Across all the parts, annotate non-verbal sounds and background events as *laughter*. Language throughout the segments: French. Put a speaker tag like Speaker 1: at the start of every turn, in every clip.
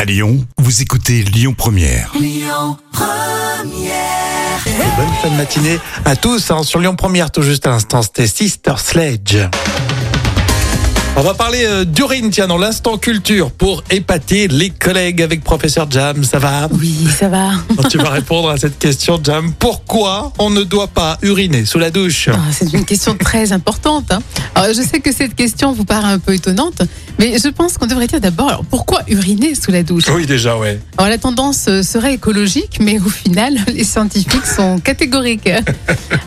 Speaker 1: À Lyon, vous écoutez Lyon Première.
Speaker 2: Et bonne fin de matinée à tous hein, sur Lyon Première tout juste à l'instant. C'était Sister Sledge. On va parler euh, d'urine, tiens, dans l'instant culture pour épater les collègues avec professeur Jam. Ça va
Speaker 3: Oui, ça va.
Speaker 2: Tu vas répondre à cette question, Jam. Pourquoi on ne doit pas uriner sous la douche
Speaker 3: Ah, C'est une question très importante. hein. Alors, je sais que cette question vous paraît un peu étonnante, mais je pense qu'on devrait dire d'abord alors, pourquoi uriner sous la douche
Speaker 2: Oui, déjà, ouais.
Speaker 3: alors, La tendance euh, serait écologique, mais au final, *laughs* les scientifiques sont catégoriques.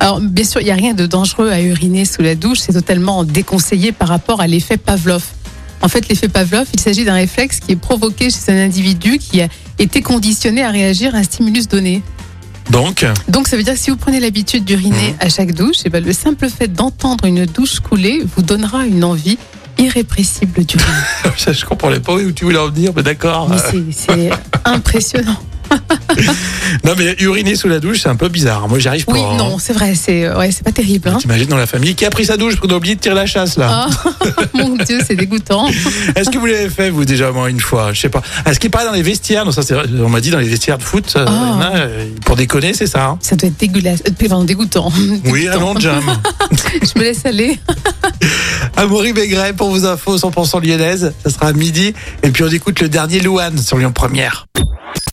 Speaker 3: Alors, bien sûr, il n'y a rien de dangereux à uriner sous la douche, c'est totalement déconseillé par rapport à l'effet Pavlov. En fait, l'effet Pavlov, il s'agit d'un réflexe qui est provoqué chez un individu qui a été conditionné à réagir à un stimulus donné.
Speaker 2: Donc, *laughs*
Speaker 3: Donc ça veut dire que si vous prenez l'habitude d'uriner à chaque douche, eh ben, le simple fait d'entendre une douche couler vous donnera une envie irrépressible d'uriner.
Speaker 2: je je comprends pas où tu voulais en venir, mais d'accord.
Speaker 3: Mais c'est- c'est impressionnant.
Speaker 2: Non, mais uriner sous la douche, c'est un peu bizarre. Moi, j'y arrive pas.
Speaker 3: Oui,
Speaker 2: hein.
Speaker 3: non, c'est vrai, c'est ouais, c'est pas terrible. hein.
Speaker 2: T'imagines dans la famille qui a pris sa douche pour oublier de tirer la chasse là
Speaker 3: Ah, *laughs* mon Dieu, c'est dégoûtant.
Speaker 2: Est-ce que vous l'avez fait vous déjà au moins une fois Je sais pas. Est-ce qu'il paraît dans les vestiaires Non, ça c'est vrai, on m'a dit dans les vestiaires de foot. euh,
Speaker 3: Ah.
Speaker 2: il y en a, euh, pour déconner, c'est ça. hein
Speaker 3: Ça doit être dégueulasse. euh, pardon, dégoûtant.
Speaker 2: oui, ah
Speaker 3: Dégoûtant.
Speaker 2: allons Jam.
Speaker 3: Je me laisse aller.
Speaker 2: *laughs* Amaury Maigret pour vos infos 100% lyonnaise. Ça sera à midi et puis on écoute le dernier Louane sur Lyon Première.